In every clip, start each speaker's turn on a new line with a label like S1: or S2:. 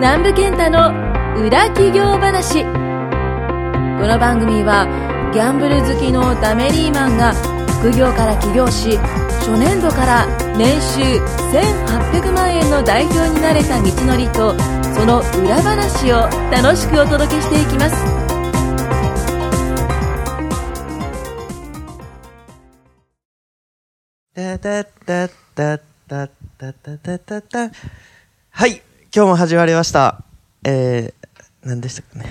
S1: 南部健太の裏企業話この番組はギャンブル好きのダメリーマンが副業から起業し初年度から年収1800万円の代表になれた道のりとその裏話を楽しくお届けしていきます
S2: タタタタタタタタタタはい、今日も始まりました。えー、何でしたかね。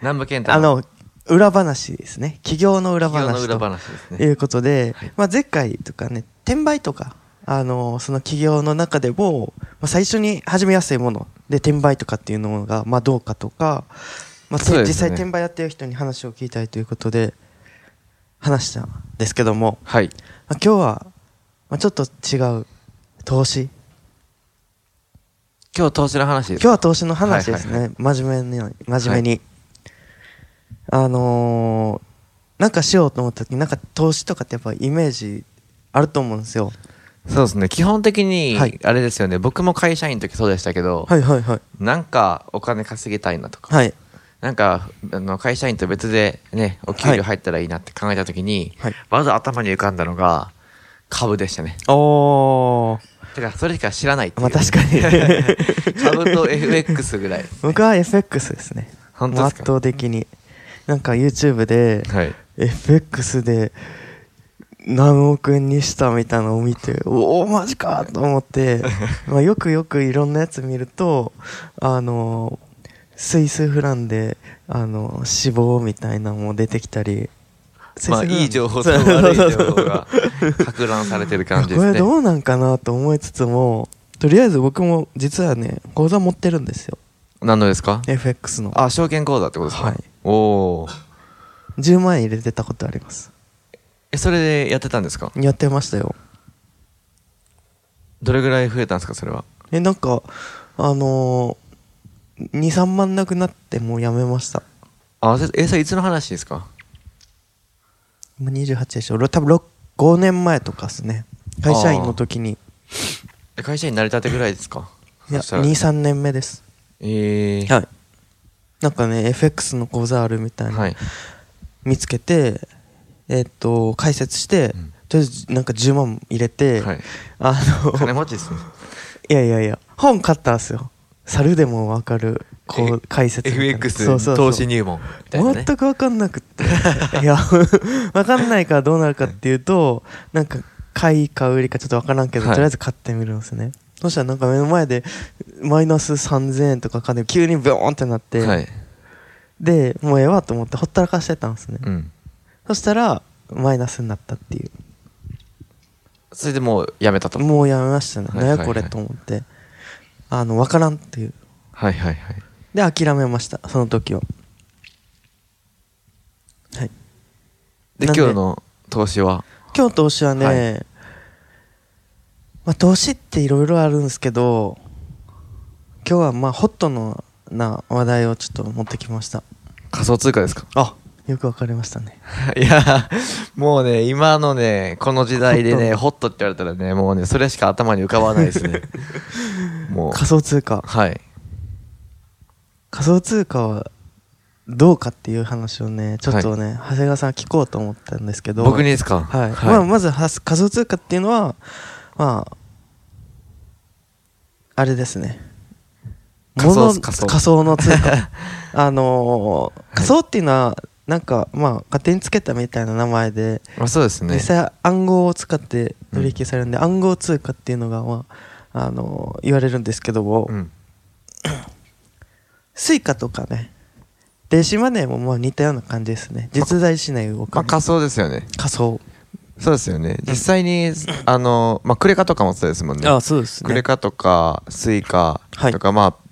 S3: 南部健太
S2: あの、裏話ですね。企業の裏
S3: 企業
S2: 話
S3: の
S2: と。
S3: 裏話ですね
S2: いうことで、まあ前回とかね、転売とか、あの、その企業の中でも、まあ、最初に始めやすいもので、転売とかっていうのが、まあどうかとか、まあ、
S3: そうです
S2: 実際
S3: ね
S2: 転売やってる人に話を聞いたいということで、話したんですけども、
S3: はい
S2: まあ、今日は、まあ、ちょっと違う投資
S3: 今日投資の話で
S2: 今
S3: す
S2: 日は投資の話ですね、
S3: はいは
S2: 真面目に真面目に、あのーなんかしようと思った時なんか投資とかってやっぱイメージあると思うんですよ
S3: そうですね基本的に
S2: はい
S3: あれですよね、僕も会社員の時そうでしたけど、
S2: はいはいはい
S3: なんかお金稼ぎたいなとか、
S2: はい
S3: なんかあの会社員と別でねお給料入ったらいいなって考えた時に、
S2: はい
S3: まず頭に浮かんだのが株でしたね
S2: おー
S3: てかそれしか知らないっていう
S2: まあ確かに
S3: 株と FX ぐらい
S2: 僕は FX ですね
S3: 本当ですか
S2: もう圧倒的になんか YouTube で、
S3: はい
S2: FX で何億円にしたみたいなのを見て、おお、マジかと思って、 まあ、よくよくいろんなやつ見ると、あの、スイスフランで、あの、死亡みたいなのも出てきたり、スイス
S3: まあ
S2: フラン
S3: いい情報と悪い情報が拡乱されてる感じです
S2: こ
S3: ね
S2: れどうなんかなと思いつつも、とりあえず僕も実はね、口座持ってるんですよ。
S3: 何のですか
S2: FX の。
S3: あ証券口座ってことですか、
S2: はい
S3: おおー
S2: 10万円入れてたことあります。
S3: えそれでやってたんですか
S2: やってましたよ。
S3: どれぐらい増えたんですかそれは
S2: えなんかあのー、23万なくなってもうやめました
S3: あせえそれいつの話ですか
S2: 今28でしょろ多分ろ5年前とかですね会社員の時に
S3: え会社員成り立てぐらいですか
S2: いや
S3: そしたら
S2: 23年目です
S3: えー、
S2: はいなんかね FX の講座あるみたいな、
S3: はい
S2: 見つけてえーっと解説して、
S3: うん
S2: とりあえずなんか10万入れて、
S3: はい
S2: あの
S3: 金持ちですね
S2: いやいやいや本買ったんですよ猿でもわかるこう
S3: え
S2: 解説みたいな
S3: FX
S2: そうそうそう
S3: 投資入門みたいなね
S2: 全く分かんなくっていや 分かんないからどうなるかっていうとなんか買いか売りかちょっと分からんけど、
S3: はい
S2: とりあえず買ってみるんですねそしたらなんか目の前でマイナス3000円とか買って急にブーンってなって、
S3: はい
S2: でもうええわと思ってほったらかしてたんですね、
S3: うん
S2: そしたらマイナスになったっていう
S3: それでもうやめたと
S2: もうやめましたね、
S3: はいはいはい
S2: なんやこれと思ってあの分からんっていう
S3: はいはいはい
S2: で諦めましたその時ははい
S3: で
S2: なんで
S3: 今日の投資は
S2: 今日投資はね、
S3: は
S2: まあ、投資っていろいろあるんですけど今日はまあホットのな話題をちょっと持ってきました
S3: 仮想通貨ですか
S2: あよくわかりましたね
S3: いや、もうね、今のね、この時代でね、
S2: ホ
S3: ホットって言われたらね、もうね、それしか頭に浮かばないで すね。もう、
S2: 仮想通貨
S3: はい。
S2: 仮想通貨はどうかっていう話をねちょっとね、長谷川さん聞こうと思ったんですけど
S3: 僕にですか
S2: はい
S3: はい
S2: まあ、まずは仮想通貨っていうのはまああれですね
S3: 仮想
S2: 物
S3: 仮想
S2: 仮想の通 貨あのー仮想っていうのはなんかまあ勝手につけたみたいな名前で、
S3: まあそうですね
S2: 実。際暗号を使って取引されるんで、暗号通貨っていうのが、まああのー言われるんですけども、
S3: うん。
S2: スイカとかね電子マネーもまあ似たような感じですね実在しないお
S3: まあ
S2: 金、
S3: 仮想ですよね。
S2: 仮想
S3: そうですよね。実際に、あの、まあクレカとかもそうですもんね。
S2: そうです
S3: クレカとか、スイカとか、まあ、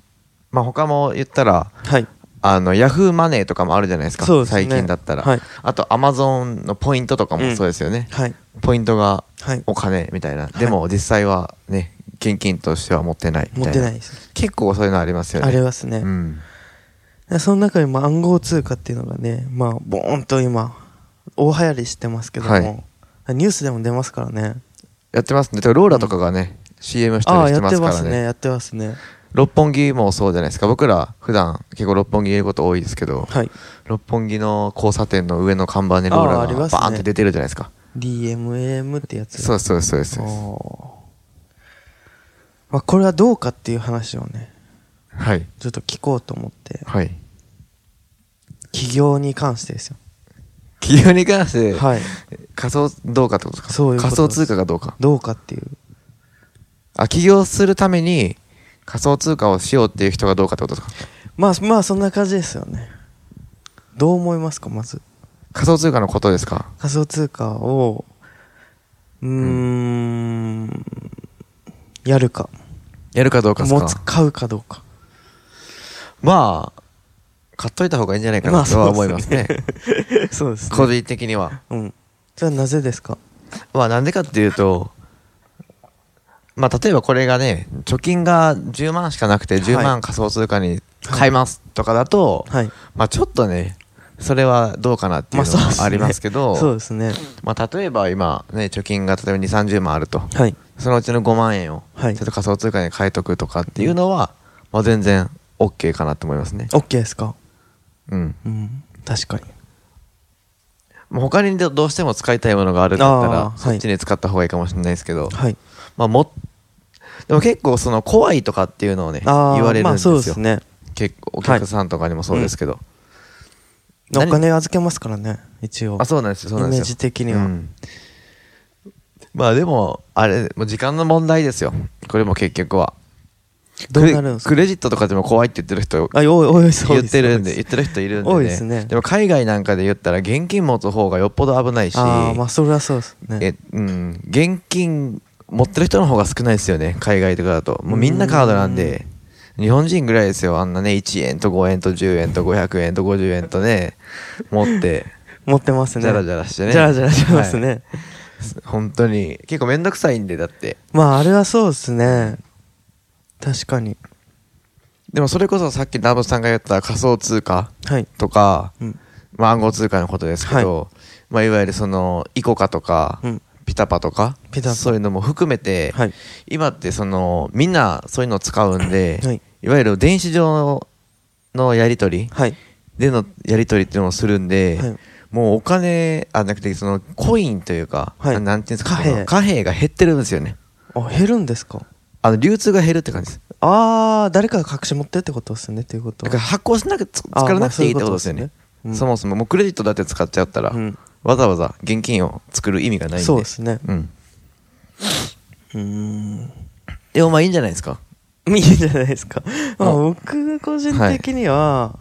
S3: まあ他も言ったら、
S2: はい
S3: あの、ヤフーマネーとかもあるじゃないですか。
S2: そうですね
S3: 最近だったら。
S2: はい
S3: あと、アマゾンのポイントとかもそうですよね。
S2: はい
S3: ポイントが
S2: はい
S3: お金みたいな、
S2: い
S3: でも実際はね現金としては持ってないみ
S2: 持
S3: た
S2: っ
S3: い
S2: て
S3: な
S2: ないです
S3: 結構そういうのありますよね
S2: ありますね、
S3: うん
S2: その中でも暗号通貨っていうのがねまあボーンと今大流行りしてますけども、ニュースでも出ますからね
S3: やってますねてかローラとかがね、CM した
S2: ああ
S3: りして
S2: やっ
S3: ま
S2: て
S3: すか
S2: ま
S3: ら
S2: すね
S3: ね
S2: やってますね
S3: 六本木もそうじゃないですか僕ら普段結構六本木にいること多いですけど、
S2: はい
S3: 六本木の交差点の上の看板にロー
S2: あーあ
S3: ラ
S2: り
S3: ー
S2: ま
S3: が
S2: すね
S3: バーンって出てるじゃないですか
S2: DMAM ってやつ
S3: そううですそうですそうですそうです
S2: まあ、これはどうかっていう話をね
S3: はい
S2: ちょっと聞こうと思って
S3: はい
S2: 起業に関してですよ
S3: 企業に関して、
S2: はい
S3: 仮想どうかってことですか
S2: そういうことです
S3: 仮想通貨がどうか
S2: どうかっていう
S3: あ起業するために仮想通貨をしようっていう人がどうかってことですか
S2: まあまあそんな感じですよねどう思いますかまず
S3: 仮想通貨のことですか
S2: 仮想通貨をうーん、やるか
S3: やるかどうかです
S2: 持
S3: か
S2: つ買うかどう か
S3: まあ買っといた方がいいんじゃないか
S2: ま
S3: な
S2: あ
S3: とは思いますね,、
S2: そうですね
S3: 個人的には
S2: うんそれはなぜですか
S3: まあなんでかっていうとまあ例えばこれがね貯金が10万しかなくて
S2: はい
S3: 10万仮想通貨に買いますとかだと、
S2: はい
S3: まあちょっとねそれはどうかなっていうの
S2: そうですね
S3: はありますけど、
S2: そうですね
S3: まあ、例えば今、ね、貯金が例えば2、30万あると、
S2: はい
S3: そのうちの5万円を、ち
S2: は
S3: ょ
S2: い
S3: っと仮想通貨に変えとくとかっていうのは、まあ、全然 OK かなと思いますね。
S2: OK ですか
S3: うん。
S2: うん確かに
S3: まあ、他にどどうしても使いたいものがあるんだったら、
S2: あーはい
S3: そっちに使った方がいいかもしれないですけど、
S2: はい
S3: まあ、も、でも結構その怖いとかっていうのをね、言
S2: ああ
S3: われるん
S2: まあ
S3: です
S2: そ
S3: よ。
S2: うですね
S3: 結構お客さんとかにもそうですけど。
S2: お
S3: 何
S2: 金預けますからね一応
S3: あ、そうなんですよ、そうなんですよ。
S2: イメージ的には
S3: うんまあでも、あれ、もう時間の問題ですよ。これも結局は。
S2: どうなるんですか
S3: クレクレジットとかでも怖いって言ってる人
S2: あおいおいそう
S3: 言
S2: で
S3: っ
S2: す
S3: てるんで
S2: そう
S3: 言
S2: す
S3: ってる人いるんで、ね、
S2: 多いですね
S3: でも海外なんかで言ったら現金持つ方がよっぽど危ないし
S2: ああまあそれはそうですね
S3: えうん、現金持ってる人の方が少ないですよね海外とかだともうみんなカードなんで日本人ぐらいですよあんなね1円と5円と10円と500円と50円とね持って
S2: 持ってますね
S3: じゃらじゃらしてね
S2: じゃらじゃらしてますね、
S3: はい本当に結構めんどくさいんでだって
S2: まああれはそうですね確かに
S3: でもそれこそさっきダブさんが言った仮想通貨
S2: はい、
S3: とか、
S2: うん、
S3: まあ、暗号通貨のことですけど、いまあ、いわゆるそのイコカとか、
S2: うん
S3: ピタパとか
S2: ピタパ
S3: そういうのも含めて、
S2: はい
S3: 今ってそのみんなそういうのを使うんで、
S2: はいい、
S3: わゆる電子上のやり取り
S2: はい
S3: でのやり取りっていうのをするんで、
S2: はい
S3: もうお金あなくてそのコインというか、
S2: はい
S3: なんていうんですか
S2: 貨幣
S3: その貨幣が減ってるんですよね
S2: あ減るんですか
S3: あの流通が減るって感じです
S2: ああ誰かが隠し持ってってことですねっていうこと
S3: だから発行しなくつ
S2: あー
S3: 使わなくていいってことですよね,、
S2: まあ
S3: そ
S2: そういうこ
S3: もそももうクレジットだって使っちゃったら、
S2: うん
S3: わざわざ現金を作る意味が
S2: と
S3: ないん
S2: ですね
S3: で
S2: そうですね
S3: うん
S2: うーん
S3: でもまあいいんじゃないですか
S2: いいんじゃないですか、まあ、
S3: う
S2: 僕個人的には、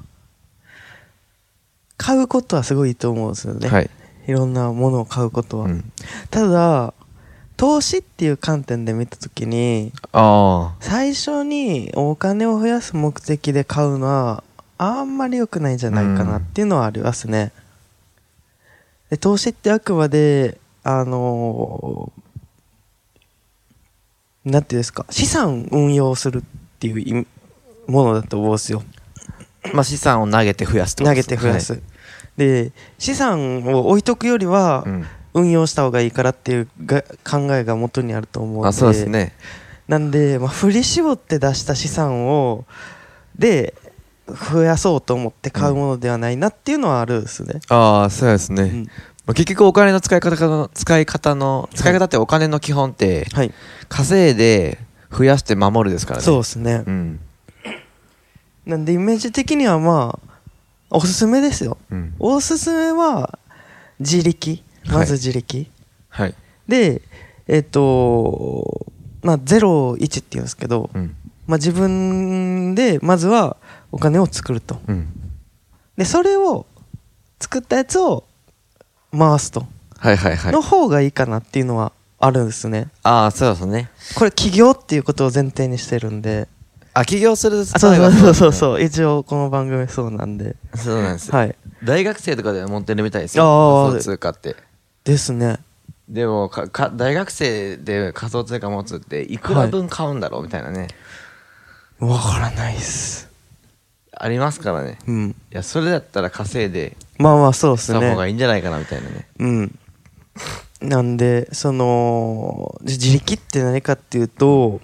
S2: 買うことはすごいいいと思うんですよね、
S3: はい、
S2: いろんなものを買うことは、
S3: うん、
S2: ただ投資っていう観点で見た時に
S3: あ
S2: 最初にお金を増やす目的で買うのはあんまり良くないんじゃないかなっていうのはありますね。で投資ってあくまであのーなんていうんですか資産運用するっていう意味ものだと思うんですよ。
S3: あまあ資産を投げて増やすって
S2: 投
S3: ことで
S2: げ
S3: す
S2: て増やす。
S3: はい
S2: で資産を置いとくよりは
S3: うん
S2: 運用した方がいいからっていうが考えが元にあると思うので。
S3: あそうですね
S2: なんで、まあ、振り絞って出した資産をで増やそうと思って買うものではないなっていうのはあるですね。
S3: ああそうですね、
S2: うん
S3: まあ、結局お金の使い方の使い方の使い方ってお金の基本って
S2: はい、
S3: 稼いで増やして守るですからね
S2: そうですね
S3: う。ん
S2: なんでイメージ的にはまあおすすめですよ。
S3: うん
S2: おすすめは自力
S3: はい
S2: まず自力、
S3: はい
S2: でえっ、とまあ01っていうんですけど、
S3: うん
S2: まあ、自分でまずはお金を作ると。
S3: うん
S2: でそれを作ったやつを回すと。
S3: はいはいはい
S2: の方がいいかなっていうのはあるんですね。
S3: ああそうですね
S2: これ起業っていうことを前提にしてるんで。
S3: あ起業する
S2: あ、そうそうそうそう
S3: う
S2: そう。一応この番組そうなんで。
S3: そうなんです、
S2: はい。
S3: 大学生とかで持ってるみたいですよ
S2: あー
S3: 仮想通貨って
S2: ですね。
S3: でもかか大学生で仮想通貨持つっていくら分買うんだろうみたいなね、
S2: わからないっす。
S3: ありますからね
S2: うん。
S3: いやそれだったら稼いで
S2: まあまあそうで
S3: し
S2: す
S3: た方が
S2: ね。
S3: いいんじゃないかなみたいなね
S2: うん。なんで、その、じ自力って何かっていうと、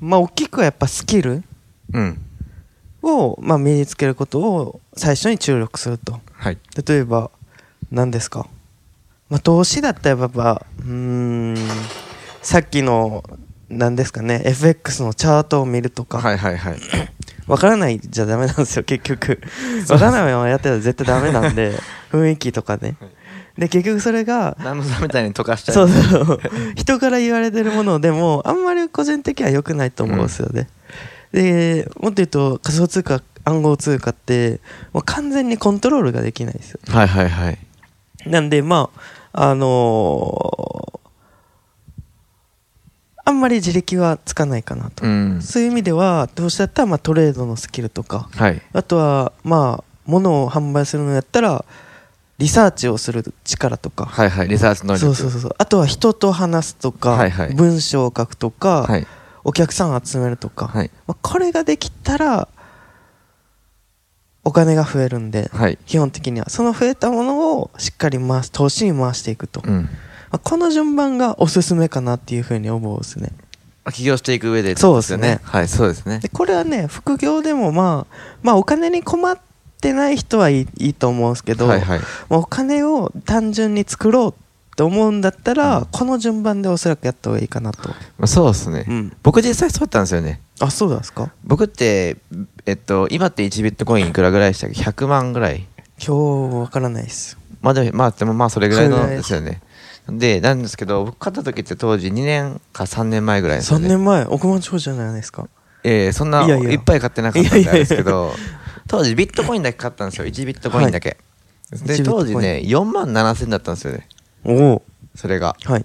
S2: まあ大きくはやっぱスキル
S3: うん。
S2: を、まあ、身につけることを最初に注力すると
S3: はい。
S2: 例えば何ですか、まあ、投資だったらやっぱうーんさっきの何ですかね FX のチャートを見るとか、
S3: はいは いはい。
S2: わからないじゃダメなんです よ結局わからないままやってたら絶対ダメなんで雰囲気とかねで結局それが
S3: 何のためみたいに溶かしちゃ
S2: そうそう人から言われてるものでもあんまり個人的には良くないと思うんですよね、でもっと言うと仮想通貨暗号通貨ってもう完全にコントロールができないですよ
S3: はいはいはい。
S2: なんでまああのーあんまり自力はつかないかなと、
S3: うん。
S2: そういう意味ではどうしたったらまあトレードのスキルとか
S3: はい。
S2: あとはまあ物を販売するのやったらリサーチをする力とか、
S3: はいはい。リサーチ能力。
S2: そうそうそうそうあとは人と話すとか、
S3: はいはい
S2: 文章を書くとか、
S3: はい。
S2: お客さんを集めるとか、
S3: はい。
S2: まあ、これができたらお金が増えるんで、
S3: はい。
S2: 基本的にはその増えたものをしっかり回す投資に回していくと、
S3: う
S2: ま
S3: ん。
S2: あ、この順番がおすすめかなっていうふうに思うんですね
S3: 起業していく上で。
S2: そうですね
S3: はい、そうですね
S2: で。これはね副業でもまあまあお金に困ってない人はいいいいと思うんですけど、
S3: はいはい。
S2: まあお金を単純に作ろうと思うんだったら、この順番でおそらくやった方がいいかなと、
S3: まあそうですね。
S2: うん、
S3: 僕実際そうだったんですよね。
S2: あそうなんですか
S3: 僕って、えっと、今って1ビットコインいくらぐらいでしたっけ ?100 万ぐらい。
S2: 今日わからないです
S3: まあでも、まあでもまあそれぐらい
S2: それ
S3: の
S2: ぐらい
S3: で
S2: です
S3: すよね。で、なんですけど、僕買った時って当時2年か3年前ぐらいです
S2: 3
S3: よね。
S2: 年前億万長者じゃないですか
S3: えーそんない
S2: やいや
S3: いっぱい買ってなかったん
S2: い
S3: で
S2: や
S3: あ
S2: いやいや
S3: れですけど、当時ビットコインだけ買ったんですよ。1ビットコインだけ。
S2: い
S3: で、
S2: 1ビットコ
S3: 当
S2: イン
S3: 時ね、4万7千だったんですよね。
S2: おお
S3: それが。
S2: はい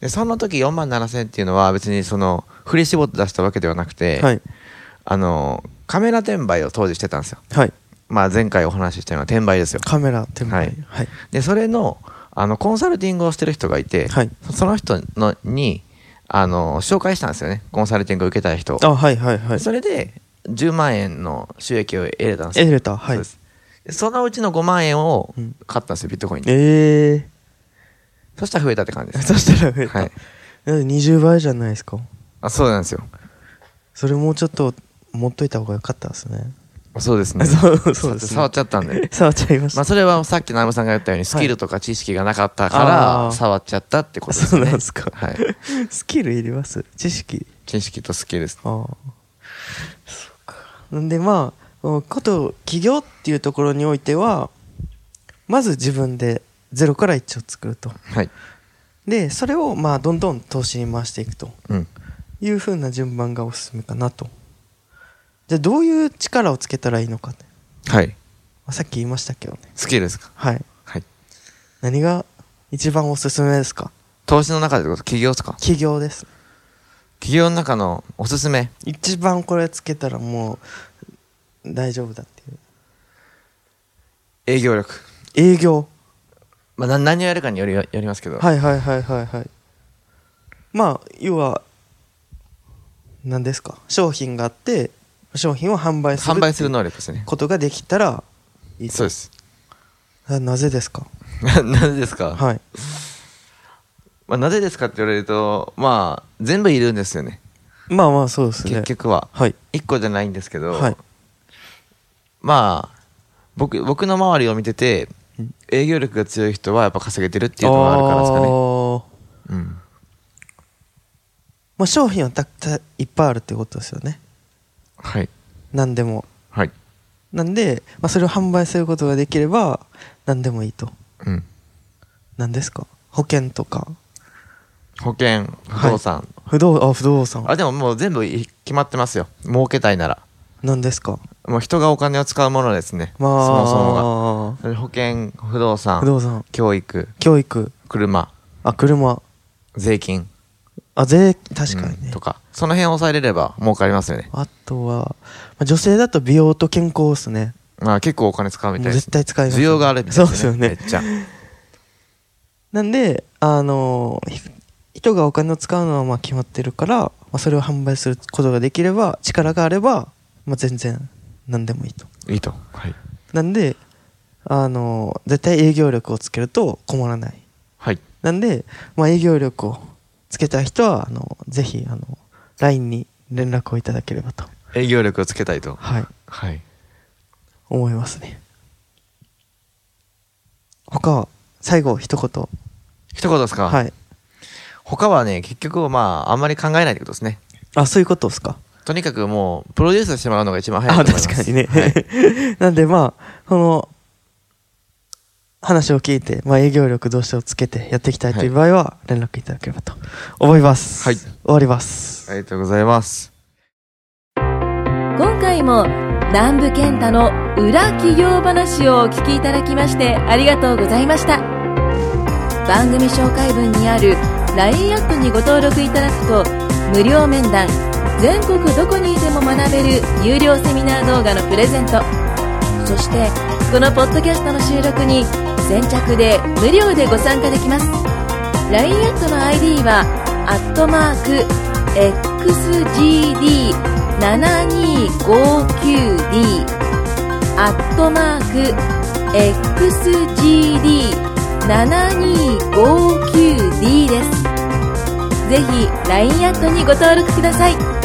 S3: で、その時4万7千っていうのは別にその、振り絞って出したわけではなくて、
S2: はい
S3: あの、カメラ転売を当時してたんですよ。
S2: はい
S3: まあ前回お話ししたような転売ですよ。
S2: カメラ手前
S3: はい
S2: はい
S3: で、それの、あの、コンサルティングをしてる人がいて、
S2: はい
S3: その人のに、あの、紹介したんですよね。コンサルティングを受けたい人を。
S2: あはいはいはい
S3: それで10万円の収益を得れたんですよ
S2: エレベーターは
S3: そう
S2: い
S3: ですでそのうちの5万円を
S2: うん
S3: 買ったんですよ、ビットコインで
S2: え
S3: そしたら増えたって感じ
S2: え
S3: で す
S2: そしたら増えた、
S3: はい、
S2: だって20倍じゃないですか
S3: あそうなんですよ
S2: それもうちょっと持っといた方が良かったですね
S3: そうです ね
S2: そうそうですね
S3: 触っちゃったんで
S2: 触っちゃいまし
S3: ま
S2: た、
S3: あそれはさっき南部さんが言ったようにスキルとか知識がなかったか
S2: あ
S3: ら
S2: ー
S3: 触っちゃったってことです
S2: そう
S3: ね
S2: なんですか
S3: はい、
S2: スキルいります知識
S3: 知識とスキルです
S2: ああそうかなんでまあこのこと起業っていうところにおいてはまず自分でゼロから1を作ると
S3: はい、
S2: でそれをまあどんどん投資に回していくと
S3: うん、
S2: いうふうな順番がおすすめかなとじゃあどういう力をつけたらいいのかね、
S3: はい
S2: まあさっき言いましたけどね
S3: スキルですか
S2: はい
S3: はい
S2: 何が一番おすすめですか
S3: 投資の中でってこと企業ですか
S2: 起業です
S3: 企業の中のおすすめ
S2: 一番これつけたらもう大丈夫だっていう
S3: 営業力
S2: 営業
S3: まあ、な何をやるかによりよりますけど、
S2: はいはいはいはいはいまあ要は何ですか商品があって商品を販売する
S3: 販売する能力ですね。
S2: ことができたらいいと
S3: そうです。
S2: あなぜですか
S3: ななぜです か、
S2: はい
S3: まあ、なぜですかって言われると、まあ、全部いるんですよね。
S2: まあまあそうですね
S3: 結局は。
S2: はい
S3: 一個じゃないんですけど、
S2: はい
S3: まあ、僕、僕の周りを見てて
S2: うん、
S3: 営業力が強い人はやっぱ稼げてるっていうのがあるからですかね。
S2: あー
S3: うん。
S2: まあ、商品はたくさんいっぱいあるってことですよね
S3: はい。
S2: 何でも
S3: はい。
S2: なんで、まあ、それを販売することができれば何でもいいと
S3: うん。
S2: 何ですか保険とか
S3: 保険、不動産。
S2: 不動あ不動産
S3: あ、でももう全部い決まってますよ。儲けたいなら。
S2: 何ですか
S3: もう人がお金を使うものですね。
S2: まあ
S3: そもそもが。それ保険、不動産、
S2: 不動産
S3: 教育、
S2: 教育
S3: 車、
S2: あ車
S3: 税金。
S2: あ税確かにね、
S3: うんとか。その辺を抑えれれば儲かりますよね。
S2: あとは、まあ、女性だと美容と健康ですね
S3: まあ結構お金使うみたい
S2: もう
S3: です
S2: 絶。対使います、
S3: 需要があるみたい
S2: そうですよ
S3: めっ
S2: ね
S3: ちゃ。
S2: なんであのひ人がお金を使うのはまあ決まってるから、まあ、それを販売することができれば力があれば、まあ、全然何でもいいと
S3: いいと。はい。
S2: なんであの絶対営業力をつけると困らない
S3: はい。
S2: なんで、まあ、営業力をつけたい人はあのぜひあの LINE に連絡をいただければと
S3: 営業力をつけたいと。
S2: はい
S3: はい。
S2: 思いますね他は最後一言
S3: 一言ですか
S2: はい
S3: 他はね、結局はまあ、あんまり考えないってことですね。
S2: あそういうことですか
S3: とにかくもう、プロデュースしてもらうのが一番早い
S2: あ
S3: と思います。
S2: 確かにね、
S3: はい。
S2: なんでまあこの話を聞いて、まあ、営業力どうしてをつけてやっていきたいという場合は連絡いただければと思います、
S3: はい
S2: 終わります
S3: ありがとうございます。
S1: 今回も南部健太の裏企業話をお聞きいただきましてありがとうございました番組紹介文にある LINE アップにご登録いただくと無料面談全国どこにいても学べる有料セミナー動画のプレゼントそしてこのポッドキャストの収録に先着で無料でご参加できます LINE アットの ID はアットマーク XGD7259D アットマーク XGD7259D ですぜひ LINE アットにご登録ください